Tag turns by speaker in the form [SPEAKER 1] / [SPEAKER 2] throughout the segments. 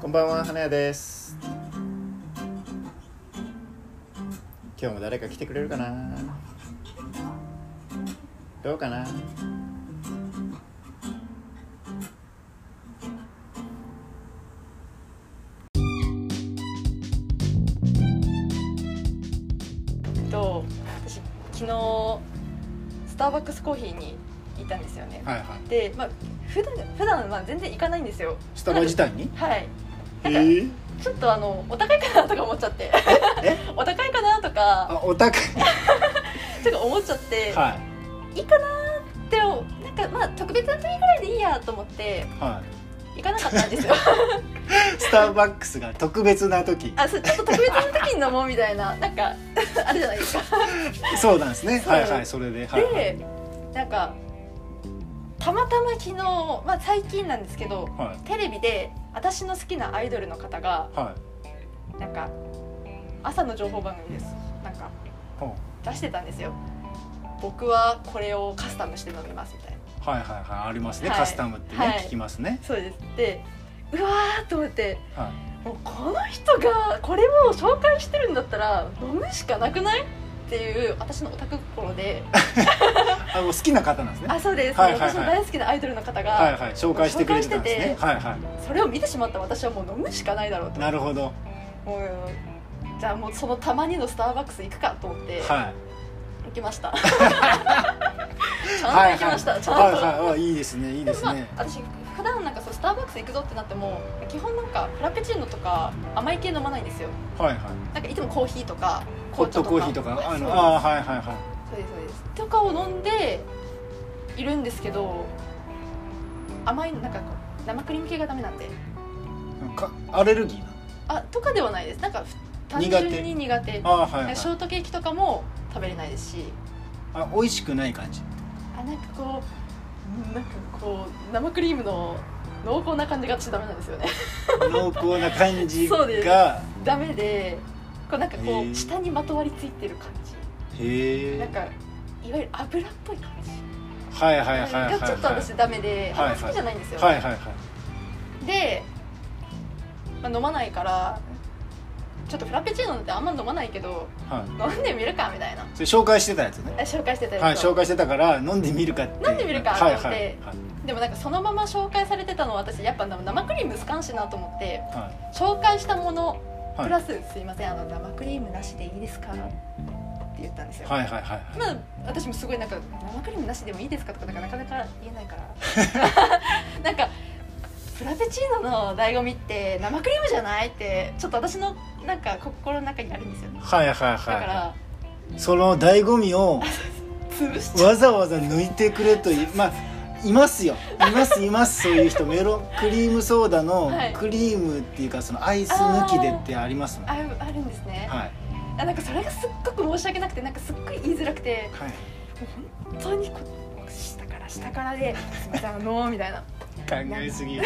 [SPEAKER 1] こんばんは、花屋です。今日も誰か来てくれるかな。どうかな。
[SPEAKER 2] と私昨日スターバックスコーヒーにいたんですよね
[SPEAKER 1] はいはい。
[SPEAKER 2] でまあ普段普段は全然行かないんですよ
[SPEAKER 1] スタバ自体に。
[SPEAKER 2] はい
[SPEAKER 1] え
[SPEAKER 2] なんか
[SPEAKER 1] ー
[SPEAKER 2] ちょっとあのお高いかなとか思っちゃって
[SPEAKER 1] え、
[SPEAKER 2] お高いかなとか
[SPEAKER 1] あ、お高い。
[SPEAKER 2] ちょっと思っちゃって、
[SPEAKER 1] はい。
[SPEAKER 2] い、いかなってなんかまあ特別な時ぐらいでいいやと思って
[SPEAKER 1] は
[SPEAKER 2] 行かなかったんです よ
[SPEAKER 1] い。スターバックスが特別な時。
[SPEAKER 2] あそうちょっと特別な時に飲もうみたいななんか あるじゃないですか
[SPEAKER 1] そうなんですね。
[SPEAKER 2] そう
[SPEAKER 1] はいはい、それで。はいはい。
[SPEAKER 2] でなんかたまたま昨日、まあ、最近なんですけど
[SPEAKER 1] はい。
[SPEAKER 2] テレビで私の好きなアイドルの方が
[SPEAKER 1] は
[SPEAKER 2] なんか朝の情報番組ですなんか
[SPEAKER 1] い。ほう
[SPEAKER 2] 出してたんですよ僕はこれをカスタムして飲みますみたいな
[SPEAKER 1] はいはいはい、ありますね。
[SPEAKER 2] はい
[SPEAKER 1] カスタムってね、
[SPEAKER 2] はい
[SPEAKER 1] 聞きますね。
[SPEAKER 2] そうですでうわーと思って
[SPEAKER 1] は
[SPEAKER 2] もうこの人がこれを紹介してるんだったら飲むしかなくないっていう私のオタク心 で
[SPEAKER 1] い。あ、もう好きな方なんですね。
[SPEAKER 2] あそうです、
[SPEAKER 1] はいはいはい
[SPEAKER 2] 私の大好きなアイドルの方が、
[SPEAKER 1] はいはい、紹介してくれてたんですね
[SPEAKER 2] 紹介して。て
[SPEAKER 1] はいは
[SPEAKER 2] それを見てしまった私はもう飲むしかないだろう
[SPEAKER 1] い。
[SPEAKER 2] と
[SPEAKER 1] なるほど。
[SPEAKER 2] もうじゃあもうそのたまにのスターバックス行くかと思って、
[SPEAKER 1] はい。
[SPEAKER 2] 行き ました。ちゃんと行きました。ちゃんと。
[SPEAKER 1] はいはい、あ、いいですね、いいです
[SPEAKER 2] まあ
[SPEAKER 1] ね。
[SPEAKER 2] 私普段なんかそうスターバックス行くぞってなっても基本なんかフラペチーノとか甘い系飲まないんですよ
[SPEAKER 1] はいはい。
[SPEAKER 2] なんかいつもコーヒーとか
[SPEAKER 1] ホッ
[SPEAKER 2] 紅茶
[SPEAKER 1] ト
[SPEAKER 2] とか
[SPEAKER 1] コーヒーとか、あの、
[SPEAKER 2] そ
[SPEAKER 1] あー、はいはいは
[SPEAKER 2] うですそうですそうですとかを飲んでいるんですけど甘いのなんかこう生クリーム系がダメなんで
[SPEAKER 1] い。か、アレルギーなの。
[SPEAKER 2] あとかではないですなんかふ単
[SPEAKER 1] 苦手
[SPEAKER 2] 純に苦手
[SPEAKER 1] あー、はいは
[SPEAKER 2] ショ
[SPEAKER 1] い。
[SPEAKER 2] ートケーキとかも食べれないですし
[SPEAKER 1] あ、美味しくない感じ。
[SPEAKER 2] あなんかこうなんかこう生クリームの濃厚な感じが私ダメなんですよね
[SPEAKER 1] 濃厚な感じ
[SPEAKER 2] そうです
[SPEAKER 1] が。
[SPEAKER 2] ダメでこうなんかこ
[SPEAKER 1] へー
[SPEAKER 2] う下にまとわりついてる感
[SPEAKER 1] へ
[SPEAKER 2] じなん
[SPEAKER 1] え。
[SPEAKER 2] かいわゆる油っぽい感じ
[SPEAKER 1] はいはいはいはいはい。
[SPEAKER 2] がちょっと私ダメで
[SPEAKER 1] はい
[SPEAKER 2] あ
[SPEAKER 1] はい
[SPEAKER 2] んま好きじゃないんですよ
[SPEAKER 1] はいはいはい。
[SPEAKER 2] で、まあ、飲まないからちょっとフラペチーノってあんま飲まないけど
[SPEAKER 1] はい。
[SPEAKER 2] 飲んでみるかみたいな
[SPEAKER 1] それ紹介してたやつね。
[SPEAKER 2] あ紹介してた
[SPEAKER 1] はい、
[SPEAKER 2] やつを
[SPEAKER 1] 紹介してたから、飲んでみるかって。
[SPEAKER 2] 飲んでみるか
[SPEAKER 1] はい
[SPEAKER 2] と思
[SPEAKER 1] は
[SPEAKER 2] っ
[SPEAKER 1] い
[SPEAKER 2] て。でもなんかそのまま紹介されてたのは私やっぱ生クリーム好かんしなと思って
[SPEAKER 1] は
[SPEAKER 2] 紹介したもの
[SPEAKER 1] い。は
[SPEAKER 2] プ
[SPEAKER 1] い。
[SPEAKER 2] ラス「すいませんあの生クリームなしでいいですか?」って言ったんですよ、
[SPEAKER 1] はいはいはい。
[SPEAKER 2] まあ私もすごいなんか「生クリームなしでもいいですか?」とかなんかなかなか言えないから なんかフラペチーノの醍醐味って生クリームじゃないってちょっと私のなんか心の中にあるんですよね
[SPEAKER 1] はいはい
[SPEAKER 2] だから、
[SPEAKER 1] ははい。その醍醐味を。
[SPEAKER 2] 潰しちゃう
[SPEAKER 1] わざわざ抜いてくれといまあいますよい ますいますそういう人メロンクリームソーダの
[SPEAKER 2] はい
[SPEAKER 1] クリームっていうかそのアイス抜きでってありますもん
[SPEAKER 2] あ
[SPEAKER 1] はい
[SPEAKER 2] あるんですね、
[SPEAKER 1] はい
[SPEAKER 2] あなんかそれがすっごく申し訳なくてなんかすっごい言いづらくて本当にこう下から下からで「すいませんあのみたいな
[SPEAKER 1] 考えすぎる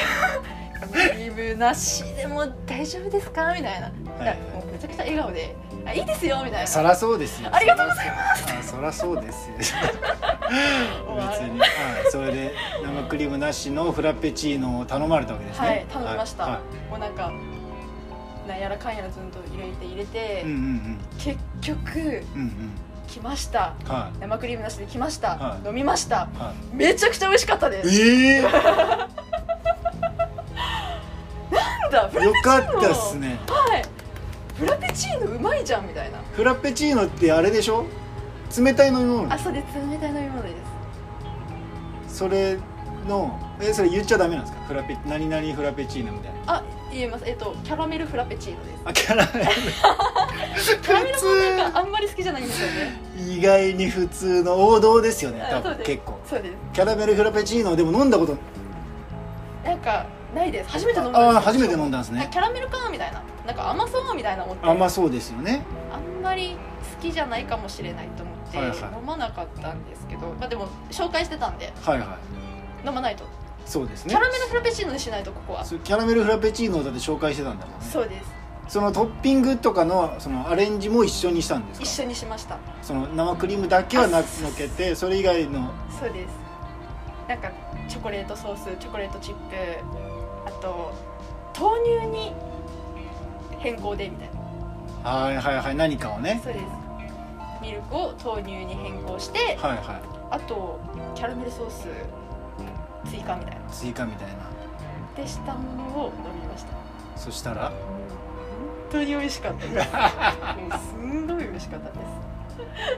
[SPEAKER 2] クリームなしでも大丈夫ですかみたいな、
[SPEAKER 1] はい
[SPEAKER 2] いやもうめちゃくちゃ笑顔で「あいいですよ」みたい
[SPEAKER 1] そ
[SPEAKER 2] な
[SPEAKER 1] らそうですよ
[SPEAKER 2] ありがとうご
[SPEAKER 1] ざいますそらそうですよ別に、はい、それで生クリームなしのフラペチーノを頼まれたわけですね
[SPEAKER 2] はい頼みました
[SPEAKER 1] はいは
[SPEAKER 2] もうなんかなんやらかんやらずんと入れて入れて、
[SPEAKER 1] いうんうん
[SPEAKER 2] 結局
[SPEAKER 1] うんうん
[SPEAKER 2] 来ました
[SPEAKER 1] うんは
[SPEAKER 2] 生クリームなしで来ました、
[SPEAKER 1] はい
[SPEAKER 2] 飲みました
[SPEAKER 1] いは
[SPEAKER 2] めちゃくちゃ美味しかったです
[SPEAKER 1] いええ
[SPEAKER 2] なんだフラ
[SPEAKER 1] よ
[SPEAKER 2] ペチ
[SPEAKER 1] か
[SPEAKER 2] ーノ
[SPEAKER 1] ったっすね
[SPEAKER 2] はいフラペチーノうまいじゃんみたいな
[SPEAKER 1] フラペチーノってあれでしょ冷たい飲み物
[SPEAKER 2] あそうです冷たい飲み物です
[SPEAKER 1] それのえそれ言っちゃダメなんですかフラペ何々フラペチーノみたいな
[SPEAKER 2] あ言えますえっとキャラメルフラペチーノです
[SPEAKER 1] あキャラメル
[SPEAKER 2] キャラメルもなん
[SPEAKER 1] 普
[SPEAKER 2] かあんまり好きじゃないんですよね
[SPEAKER 1] 通意外に普通の王道ですよね多
[SPEAKER 2] あそう
[SPEAKER 1] 分
[SPEAKER 2] です
[SPEAKER 1] 結構
[SPEAKER 2] そうです
[SPEAKER 1] キャラメルフラペチーノでも飲んだこと
[SPEAKER 2] なんかないです初めて飲んだんです
[SPEAKER 1] あ
[SPEAKER 2] よ
[SPEAKER 1] あ初めて飲んだんです
[SPEAKER 2] なんか
[SPEAKER 1] ね
[SPEAKER 2] キャラメルかみたいななんか甘そうみたいな思って
[SPEAKER 1] 甘そうですよね
[SPEAKER 2] あんまり好きじゃないかもしれないと思って
[SPEAKER 1] はいはい
[SPEAKER 2] 飲まなかったんですけど、まあ、でも紹介してたんで
[SPEAKER 1] はいはい
[SPEAKER 2] 飲まないと
[SPEAKER 1] そうです
[SPEAKER 2] キ
[SPEAKER 1] ね
[SPEAKER 2] ャラメルフラペチーノにしないとここは
[SPEAKER 1] そうキャラメルフラペチーノだって紹介してたんだからね
[SPEAKER 2] そうです
[SPEAKER 1] そのトッピングとかのそのアレンジも一緒にしたんですか
[SPEAKER 2] 一緒にしました
[SPEAKER 1] その生クリームだけはな
[SPEAKER 2] あ
[SPEAKER 1] のけてそれ以外の
[SPEAKER 2] そうですなんかチョコレートソースチョコレートチップあと豆乳に変更でみたいな
[SPEAKER 1] はいはいはい何かをね
[SPEAKER 2] そうですミルクを豆乳に変更して
[SPEAKER 1] はいは
[SPEAKER 2] あとキャラメルソース追加みたいない
[SPEAKER 1] 追加みたいな
[SPEAKER 2] でしたものを飲みました
[SPEAKER 1] そした ら
[SPEAKER 2] 本当に美味しかったですもうすんごい美味しかったです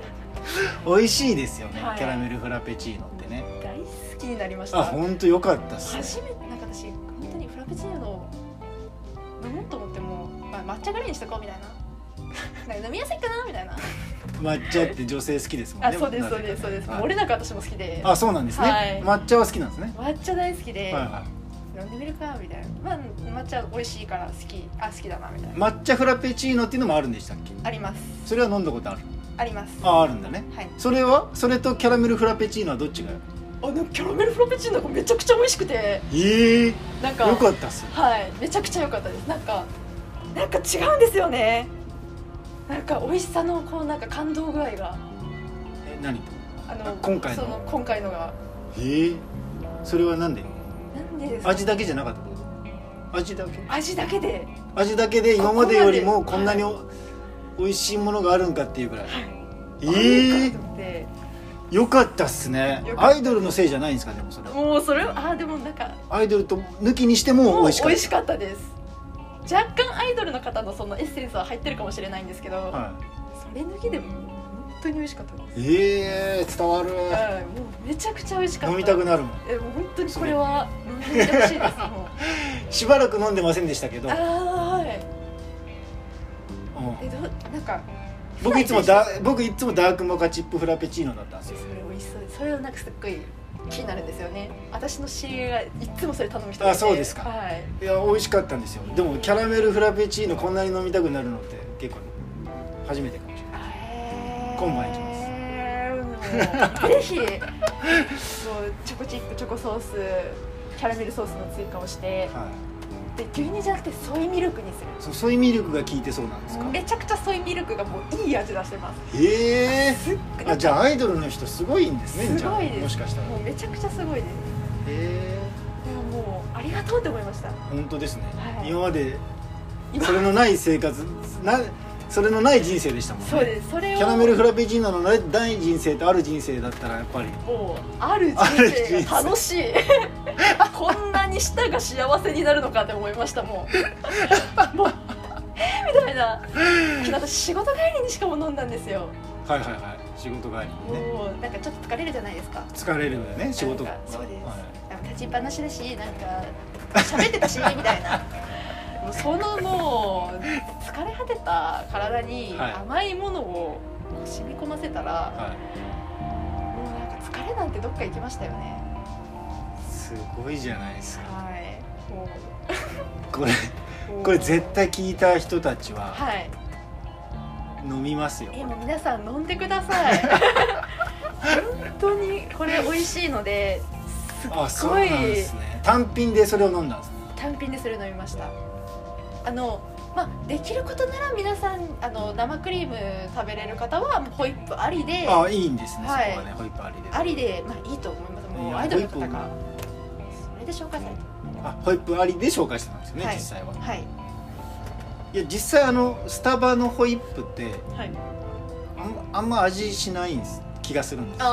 [SPEAKER 1] 美味しいですよね、
[SPEAKER 2] はい
[SPEAKER 1] キャラメルフラペチーノってね
[SPEAKER 2] 大好きになりまし
[SPEAKER 1] あ
[SPEAKER 2] た
[SPEAKER 1] 本当良かったっすね
[SPEAKER 2] 初めてなんか私本当にフラペチーノ飲もうと思っても、まあ、抹茶ぐらいにしとこうみたい ななんか飲みやすいかなみたいな
[SPEAKER 1] 抹茶って女性好きですもん
[SPEAKER 2] あ
[SPEAKER 1] ね
[SPEAKER 2] そうです
[SPEAKER 1] なぜ
[SPEAKER 2] そう
[SPEAKER 1] か
[SPEAKER 2] ですそうです
[SPEAKER 1] はい
[SPEAKER 2] 漏れなく私も好きで
[SPEAKER 1] あそうなんですね、
[SPEAKER 2] はい
[SPEAKER 1] 抹茶は好きなんですね、
[SPEAKER 2] 抹茶大好きで、
[SPEAKER 1] はいは
[SPEAKER 2] 飲んでみるかみたいなまあ抹茶美味しいから好きあ好きだなみたい
[SPEAKER 1] い
[SPEAKER 2] な
[SPEAKER 1] 抹茶フラペチーノっていうのもあるんでしたっけ
[SPEAKER 2] あります
[SPEAKER 1] それは飲んだことある
[SPEAKER 2] あります
[SPEAKER 1] ああるんだね
[SPEAKER 2] はい
[SPEAKER 1] それはそれとキャラメルフラペチーノはどっちが
[SPEAKER 2] あのキャラメルフラペチーノがめちゃくちゃ美味しくて
[SPEAKER 1] ええ
[SPEAKER 2] なんか
[SPEAKER 1] ー、よかったっす
[SPEAKER 2] はいめちゃくちゃ良かったですなんかなんか違うんですよねなんか美味しさのこうなんか感動具合が
[SPEAKER 1] え何
[SPEAKER 2] あの
[SPEAKER 1] あ今回の
[SPEAKER 2] その今回のが
[SPEAKER 1] えー、それはなんで
[SPEAKER 2] なんでですか
[SPEAKER 1] 味だけじゃなかったってこと味だけ
[SPEAKER 2] 味だけで
[SPEAKER 1] 味だけで今までよりも
[SPEAKER 2] ここ
[SPEAKER 1] こ
[SPEAKER 2] ま
[SPEAKER 1] ん
[SPEAKER 2] で
[SPEAKER 1] なにお美味しいものがあるんかっていうぐらい、え
[SPEAKER 2] え
[SPEAKER 1] えー、よかったっすね
[SPEAKER 2] よかっ
[SPEAKER 1] ア
[SPEAKER 2] た
[SPEAKER 1] イドルのせいじゃないんですかでもそれは
[SPEAKER 2] もうそれはあでもなんか
[SPEAKER 1] アイドルと抜きにしても美味しか
[SPEAKER 2] 美
[SPEAKER 1] っ
[SPEAKER 2] 味しかったです若干アイドルの方のそのエッセンスは入ってるかもしれないんですけど、
[SPEAKER 1] た、は
[SPEAKER 2] それ抜きでも本当に美味しかったです
[SPEAKER 1] い、ええー、伝わる
[SPEAKER 2] はいもうめちゃくちゃ美味しかった
[SPEAKER 1] 飲みたくなるもん
[SPEAKER 2] えもう本当にこれは飲んでみてほし いですもう
[SPEAKER 1] しばらく飲んでませんでしたけど、
[SPEAKER 2] ああはい
[SPEAKER 1] うん
[SPEAKER 2] えどなんか
[SPEAKER 1] 僕いつも
[SPEAKER 2] フライ
[SPEAKER 1] だ僕いつもダークモカチップフラペチーノだったんです
[SPEAKER 2] で
[SPEAKER 1] よ
[SPEAKER 2] しょそれ美味しそうですそれをなんかすっごい気になるんですよね私の知り合いがいつもそれ頼む人がい
[SPEAKER 1] あ
[SPEAKER 2] て
[SPEAKER 1] そうですか
[SPEAKER 2] はい
[SPEAKER 1] いや美味しかったんですよでもキャラメルフラペチーノこんなに飲みたくなるのって結構初めてかもしれない今晩行きます
[SPEAKER 2] ますぜひもうチョコチップチョコソースキャラメルソースの追加をして
[SPEAKER 1] は
[SPEAKER 2] で牛乳じゃなくてソイミルクにす
[SPEAKER 1] い
[SPEAKER 2] る
[SPEAKER 1] そソイミルクが効いてそうなんですか
[SPEAKER 2] めちゃくちゃソイミルクがもういい味出してます
[SPEAKER 1] ええ
[SPEAKER 2] すっごい
[SPEAKER 1] あじゃあアイドルの人すごいんですね
[SPEAKER 2] すごい
[SPEAKER 1] じゃ
[SPEAKER 2] で
[SPEAKER 1] あ
[SPEAKER 2] す
[SPEAKER 1] もしかしたら
[SPEAKER 2] もうめちゃくちゃすごいです
[SPEAKER 1] え
[SPEAKER 2] いやもうありがとうって思いました
[SPEAKER 1] え本当ですね、
[SPEAKER 2] はい
[SPEAKER 1] 今まで
[SPEAKER 2] 今
[SPEAKER 1] それのない生活なそれのない人生でしたもんね
[SPEAKER 2] そうですそれを
[SPEAKER 1] キャラメルフラペチーノのないない人生とある人生だったらやっぱり
[SPEAKER 2] もうある人生が楽しい こんなに舌が幸せになるのかって思いましたもう もうみたいな私仕事帰りにしかも飲んだんですよ
[SPEAKER 1] はいはいはい仕事帰りにね
[SPEAKER 2] もうなんかちょっと疲れるじゃないですか
[SPEAKER 1] 疲れるのよね仕事
[SPEAKER 2] な
[SPEAKER 1] が
[SPEAKER 2] んかそうです、
[SPEAKER 1] はい
[SPEAKER 2] なんか立ちっぱなしだしなんか喋ってたしみたいなもうそのもう疲れ果てた体に
[SPEAKER 1] はい
[SPEAKER 2] 甘いものを染み込ませたら、
[SPEAKER 1] はい
[SPEAKER 2] もうなんか疲れなんてどっか行きましたよね
[SPEAKER 1] すごいじゃないですか
[SPEAKER 2] はいもう
[SPEAKER 1] これこれ絶対聞いた人たちは
[SPEAKER 2] はい
[SPEAKER 1] 飲みますよ
[SPEAKER 2] えもう皆さん飲んでくださ い本当にこれ美味しいので
[SPEAKER 1] あ
[SPEAKER 2] す
[SPEAKER 1] そ
[SPEAKER 2] っ
[SPEAKER 1] う
[SPEAKER 2] ごい
[SPEAKER 1] なんですね単品でそれを飲んだんですね
[SPEAKER 2] 単品でそれ飲みましたあのまあできることなら皆さんあの生クリーム食べれる方はもうホイップありであ
[SPEAKER 1] あいいんですねそこ
[SPEAKER 2] はい
[SPEAKER 1] はねホイップありで
[SPEAKER 2] りでまあいいと思います
[SPEAKER 1] い
[SPEAKER 2] も
[SPEAKER 1] うや
[SPEAKER 2] アイドルの方が
[SPEAKER 1] ホイッ
[SPEAKER 2] それで紹介された
[SPEAKER 1] あホイップありで紹介してたんですよね
[SPEAKER 2] はい
[SPEAKER 1] 実際は
[SPEAKER 2] はい
[SPEAKER 1] いや実際あのスタバのホイップって
[SPEAKER 2] はい
[SPEAKER 1] あんあんま味しないんです気がするんですあ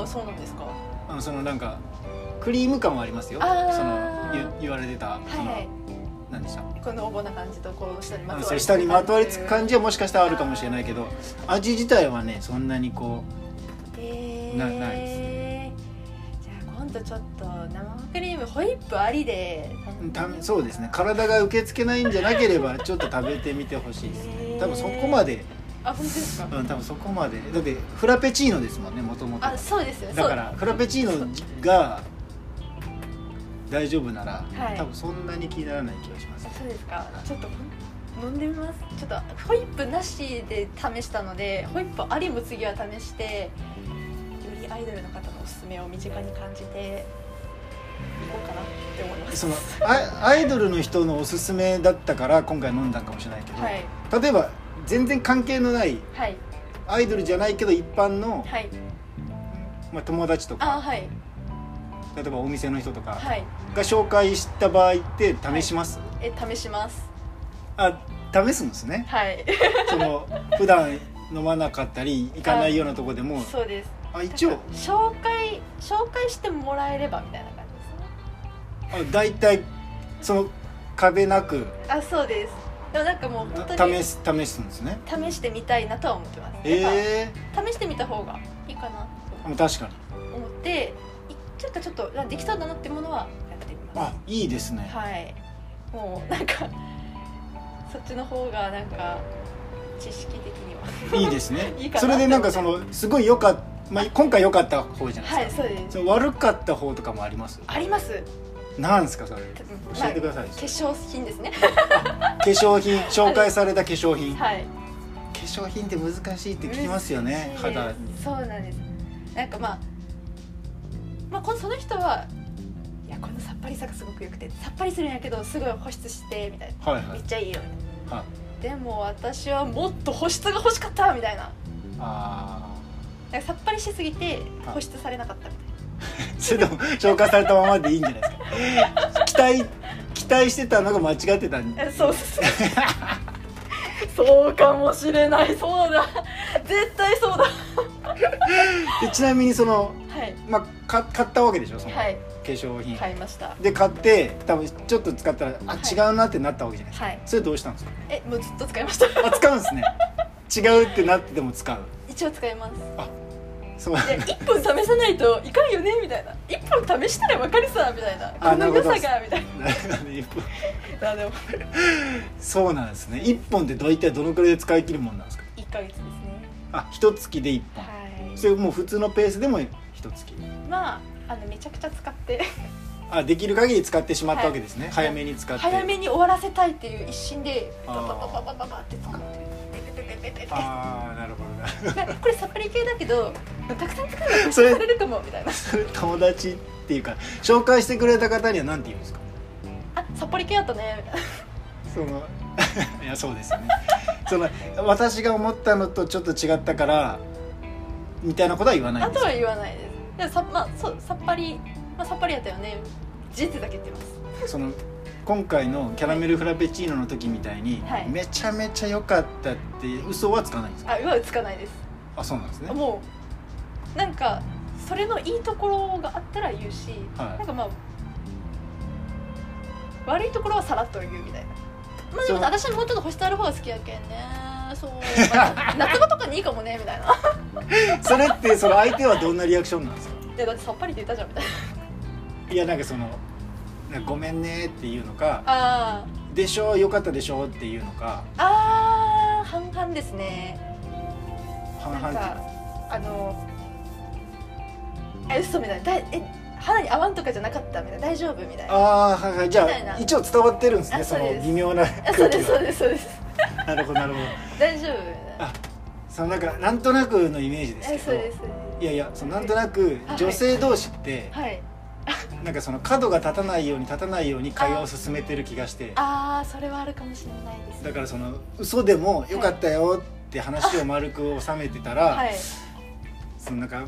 [SPEAKER 2] ああそうなんですかは
[SPEAKER 1] のそのなんかクリーム感はありますよそ
[SPEAKER 2] あー
[SPEAKER 1] の言言われてたそ
[SPEAKER 2] い
[SPEAKER 1] の
[SPEAKER 2] はい
[SPEAKER 1] 何でした
[SPEAKER 2] このおぼな感じとこう下にまとわりつ
[SPEAKER 1] そう
[SPEAKER 2] く感じ
[SPEAKER 1] 下にまとわりつく感じはもしかしたらあるかもしれないけど味自体はねそんなにこ
[SPEAKER 2] え
[SPEAKER 1] なないです
[SPEAKER 2] じゃあ今度ちょっと生クリームホイップありで
[SPEAKER 1] うた
[SPEAKER 2] す
[SPEAKER 1] そうですね体が受け付けないんじゃなけれ ばちょっと食べてみてほしいですね多分そこまで、
[SPEAKER 2] あ本当ですか
[SPEAKER 1] うん、多分そこまでだってフラペチーノですもんねもともと
[SPEAKER 2] あそうですよ
[SPEAKER 1] だからフラペチーノが大丈夫なら、
[SPEAKER 2] はい
[SPEAKER 1] 多分そんなに気にならない気がします
[SPEAKER 2] そうそうですかちょっと飲んでみますちょっとホイップなしで試したのでホイップありも次は試してよりアイドルの方のおすすめを身近に感じていこうかなって思います
[SPEAKER 1] そのアアイドルの人のおすすめだったから今回飲んだんかもしれないけど、
[SPEAKER 2] はい
[SPEAKER 1] 例えば全然関係のない
[SPEAKER 2] はい
[SPEAKER 1] アイドルじゃないけど一般の、
[SPEAKER 2] はい
[SPEAKER 1] まあ、友達とか
[SPEAKER 2] あはい
[SPEAKER 1] 例えばお店の人とか
[SPEAKER 2] はい
[SPEAKER 1] が紹介した場合って試します、
[SPEAKER 2] え試します
[SPEAKER 1] あ試すんですね
[SPEAKER 2] はい
[SPEAKER 1] その普段飲まなかったり行かないようなとこでも
[SPEAKER 2] そうです
[SPEAKER 1] あ一応
[SPEAKER 2] 紹介紹介してもらえればみたいな感じですね
[SPEAKER 1] あ大体その壁なく
[SPEAKER 2] あそうですでもなんかもう本当に
[SPEAKER 1] 試す試すんですね
[SPEAKER 2] 試してみたいなとは思ってます、やっ
[SPEAKER 1] え
[SPEAKER 2] ぱ試してみた方がいいかな
[SPEAKER 1] えー、確かに
[SPEAKER 2] と思っていちょっとちょっとあできそうだなってものはやってみま
[SPEAKER 1] あいいですね、
[SPEAKER 2] すはいもうなんかそっちの方がなんか知識的にはい
[SPEAKER 1] いですね
[SPEAKER 2] いいかな
[SPEAKER 1] それでなんかそのすごい良かった、まあ、今回良かった方じゃない
[SPEAKER 2] はい
[SPEAKER 1] です
[SPEAKER 2] そうで
[SPEAKER 1] か、
[SPEAKER 2] す
[SPEAKER 1] その悪かった方とかもあります
[SPEAKER 2] あります
[SPEAKER 1] なんですかそれ
[SPEAKER 2] た
[SPEAKER 1] 教
[SPEAKER 2] まあ
[SPEAKER 1] えてください、
[SPEAKER 2] 化粧品ですね
[SPEAKER 1] 化粧品紹介された化粧品、
[SPEAKER 2] はい
[SPEAKER 1] 化粧品って難しいって聞きますよね
[SPEAKER 2] 嬉しい
[SPEAKER 1] 肌に
[SPEAKER 2] そうなんですなんかまあまあこのその人はいやこのさっぱりさがすごく良くてさっぱりするんやけどすごい保湿してみたいな
[SPEAKER 1] はいは
[SPEAKER 2] めっ
[SPEAKER 1] い
[SPEAKER 2] ちゃいいよみたいな、
[SPEAKER 1] は
[SPEAKER 2] でも私はもっと保湿が欲しかったみたいな
[SPEAKER 1] あ
[SPEAKER 2] なんかさっぱりしすぎて
[SPEAKER 1] はい
[SPEAKER 2] 保湿されなかったみたいな
[SPEAKER 1] あそれでも紹介されたままでいいんじゃないですか期待期待してたのが間違ってたん、で
[SPEAKER 2] え そうそ うそうそうかもしれないそうだ絶対そうだ
[SPEAKER 1] ちなみにその
[SPEAKER 2] はい
[SPEAKER 1] まあか買ったわけでしょその化
[SPEAKER 2] はい
[SPEAKER 1] 粧品、
[SPEAKER 2] 買いました
[SPEAKER 1] で買って多分ちょっと使ったらあ、
[SPEAKER 2] はい
[SPEAKER 1] 違うなってなったわけじゃないですか
[SPEAKER 2] はい
[SPEAKER 1] それどうしたんですか
[SPEAKER 2] えもうずっと使いました
[SPEAKER 1] あ使うんですね違うってなってでも使う
[SPEAKER 2] 一応使います
[SPEAKER 1] そう
[SPEAKER 2] で1分試さないといかんよねみたいな1分試したら分かるさみたいな
[SPEAKER 1] あ
[SPEAKER 2] この良さ
[SPEAKER 1] な
[SPEAKER 2] がみたいなあでも
[SPEAKER 1] そうなんですね一本って大体どのくらいで使い切るもんなんですか
[SPEAKER 2] 1ヶ月ですね
[SPEAKER 1] あ一月で一本
[SPEAKER 2] はい
[SPEAKER 1] それもう普通のペースでも一月
[SPEAKER 2] まああのめちゃくちゃ使って
[SPEAKER 1] あできる限り使ってしまったわけですね、
[SPEAKER 2] い
[SPEAKER 1] 早めに使って
[SPEAKER 2] 早めに終わらせたいっていう一心でバ
[SPEAKER 1] あ
[SPEAKER 2] バ
[SPEAKER 1] ー
[SPEAKER 2] バババババって使ってペペペペペペペ
[SPEAKER 1] ああな るほどな
[SPEAKER 2] ペこれさっぱり系だけどたくさん使えば保湿
[SPEAKER 1] それ
[SPEAKER 2] されるかもみたいな
[SPEAKER 1] それ友達っていうか紹介してくれた方には何て言うんですか
[SPEAKER 2] あさっぱり系やったねみたいな
[SPEAKER 1] その いやそうですよねその私が思ったのとちょっと違ったからみたいなことは言わない
[SPEAKER 2] あ
[SPEAKER 1] んで
[SPEAKER 2] と
[SPEAKER 1] す
[SPEAKER 2] は言わないですでもさ,、まあ、そうさっぱり、まあ、さっぱりやったよね事実だけ言ってます
[SPEAKER 1] その今回のキャラメルフラペチーノの時みたいに、
[SPEAKER 2] はい
[SPEAKER 1] めちゃめちゃ良かったって嘘はつかないんですか
[SPEAKER 2] あうわつかないです
[SPEAKER 1] あそうなんですね
[SPEAKER 2] もうなんかそれのいいところがあったら言うし、
[SPEAKER 1] はい
[SPEAKER 2] なんかまあ悪いところはさらっと言うみたいなまあで
[SPEAKER 1] そう
[SPEAKER 2] も私はもうちょっと保湿ある方が好きやけんね そう、まあ夏場とかにいいかもねみたい な
[SPEAKER 1] それってその相手はどんなリアクションなんですか
[SPEAKER 2] でだってさっぱりって言ったじゃん みたいない
[SPEAKER 1] やなんかそのなんかごめんねっていうのか
[SPEAKER 2] あ
[SPEAKER 1] でしょ良かったでしょっていうのか
[SPEAKER 2] ーあー半々ですね
[SPEAKER 1] 半
[SPEAKER 2] な
[SPEAKER 1] 々
[SPEAKER 2] ん
[SPEAKER 1] って
[SPEAKER 2] かあのえ嘘みたいなだいえ肌に合わんとかじゃなかったみたいな大丈夫みたいな
[SPEAKER 1] ああはいはいじゃ
[SPEAKER 2] みたい
[SPEAKER 1] あ
[SPEAKER 2] な
[SPEAKER 1] 一応伝わってるんですね
[SPEAKER 2] あ
[SPEAKER 1] そ
[SPEAKER 2] そう
[SPEAKER 1] の
[SPEAKER 2] です
[SPEAKER 1] 微妙な
[SPEAKER 2] あそう
[SPEAKER 1] 空
[SPEAKER 2] で
[SPEAKER 1] 気
[SPEAKER 2] すそう
[SPEAKER 1] が
[SPEAKER 2] ですそうです
[SPEAKER 1] なるほどなるほど
[SPEAKER 2] 大丈夫みたいな
[SPEAKER 1] あそのなんかなんとなくのイメージですけ
[SPEAKER 2] え
[SPEAKER 1] ど
[SPEAKER 2] そうですそうです
[SPEAKER 1] いやいやそのなんとなく
[SPEAKER 2] はい
[SPEAKER 1] 女性同士って
[SPEAKER 2] はい
[SPEAKER 1] なんかその角が立たないように立たないように会話を進めてる気がして
[SPEAKER 2] ああそれはあるかもしれないです
[SPEAKER 1] だからその嘘でも良かったよって話を丸く収めてたら、
[SPEAKER 2] はい
[SPEAKER 1] そのなんか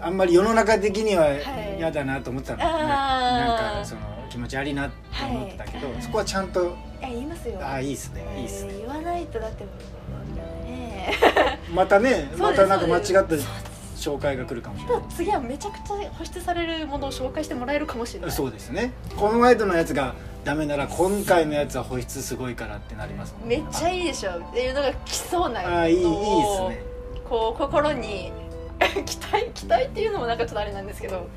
[SPEAKER 1] あんまり世の中的にはい嫌だなと思ってたの、
[SPEAKER 2] あー
[SPEAKER 1] ななんかその気持ち悪いなって思ってたけど、
[SPEAKER 2] はい
[SPEAKER 1] そこはちゃんと
[SPEAKER 2] いや言いますよ
[SPEAKER 1] ああいいですねいいですね
[SPEAKER 2] えー言わないとだってね
[SPEAKER 1] またね
[SPEAKER 2] え
[SPEAKER 1] またなんか間違った
[SPEAKER 2] そうです
[SPEAKER 1] 紹介が来るかもしれ
[SPEAKER 2] そ
[SPEAKER 1] な
[SPEAKER 2] うです 次はめちゃくちゃ保湿されるものを紹介してもらえるかもしれないい
[SPEAKER 1] そうですねこの前とのやつがダメなら今回のやつは保湿すごいからってなりますもん
[SPEAKER 2] めっ
[SPEAKER 1] ね
[SPEAKER 2] ちゃいいでしょっていうのが来そうな
[SPEAKER 1] ああいいいいで
[SPEAKER 2] の
[SPEAKER 1] す
[SPEAKER 2] を
[SPEAKER 1] ね
[SPEAKER 2] こう心に 期待期待っていうのもなんかちょっとあれなんですけど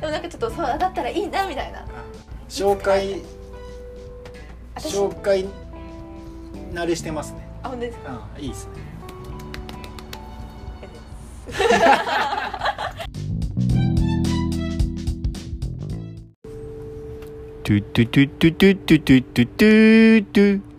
[SPEAKER 2] でもなんかちょっとそうだったらいいなみたいな
[SPEAKER 1] 紹介
[SPEAKER 2] 私
[SPEAKER 1] 紹介慣れしてますね
[SPEAKER 2] あ本当ですか
[SPEAKER 1] ああいいですね
[SPEAKER 3] トゥトゥトゥトゥトゥトゥトゥトゥトゥ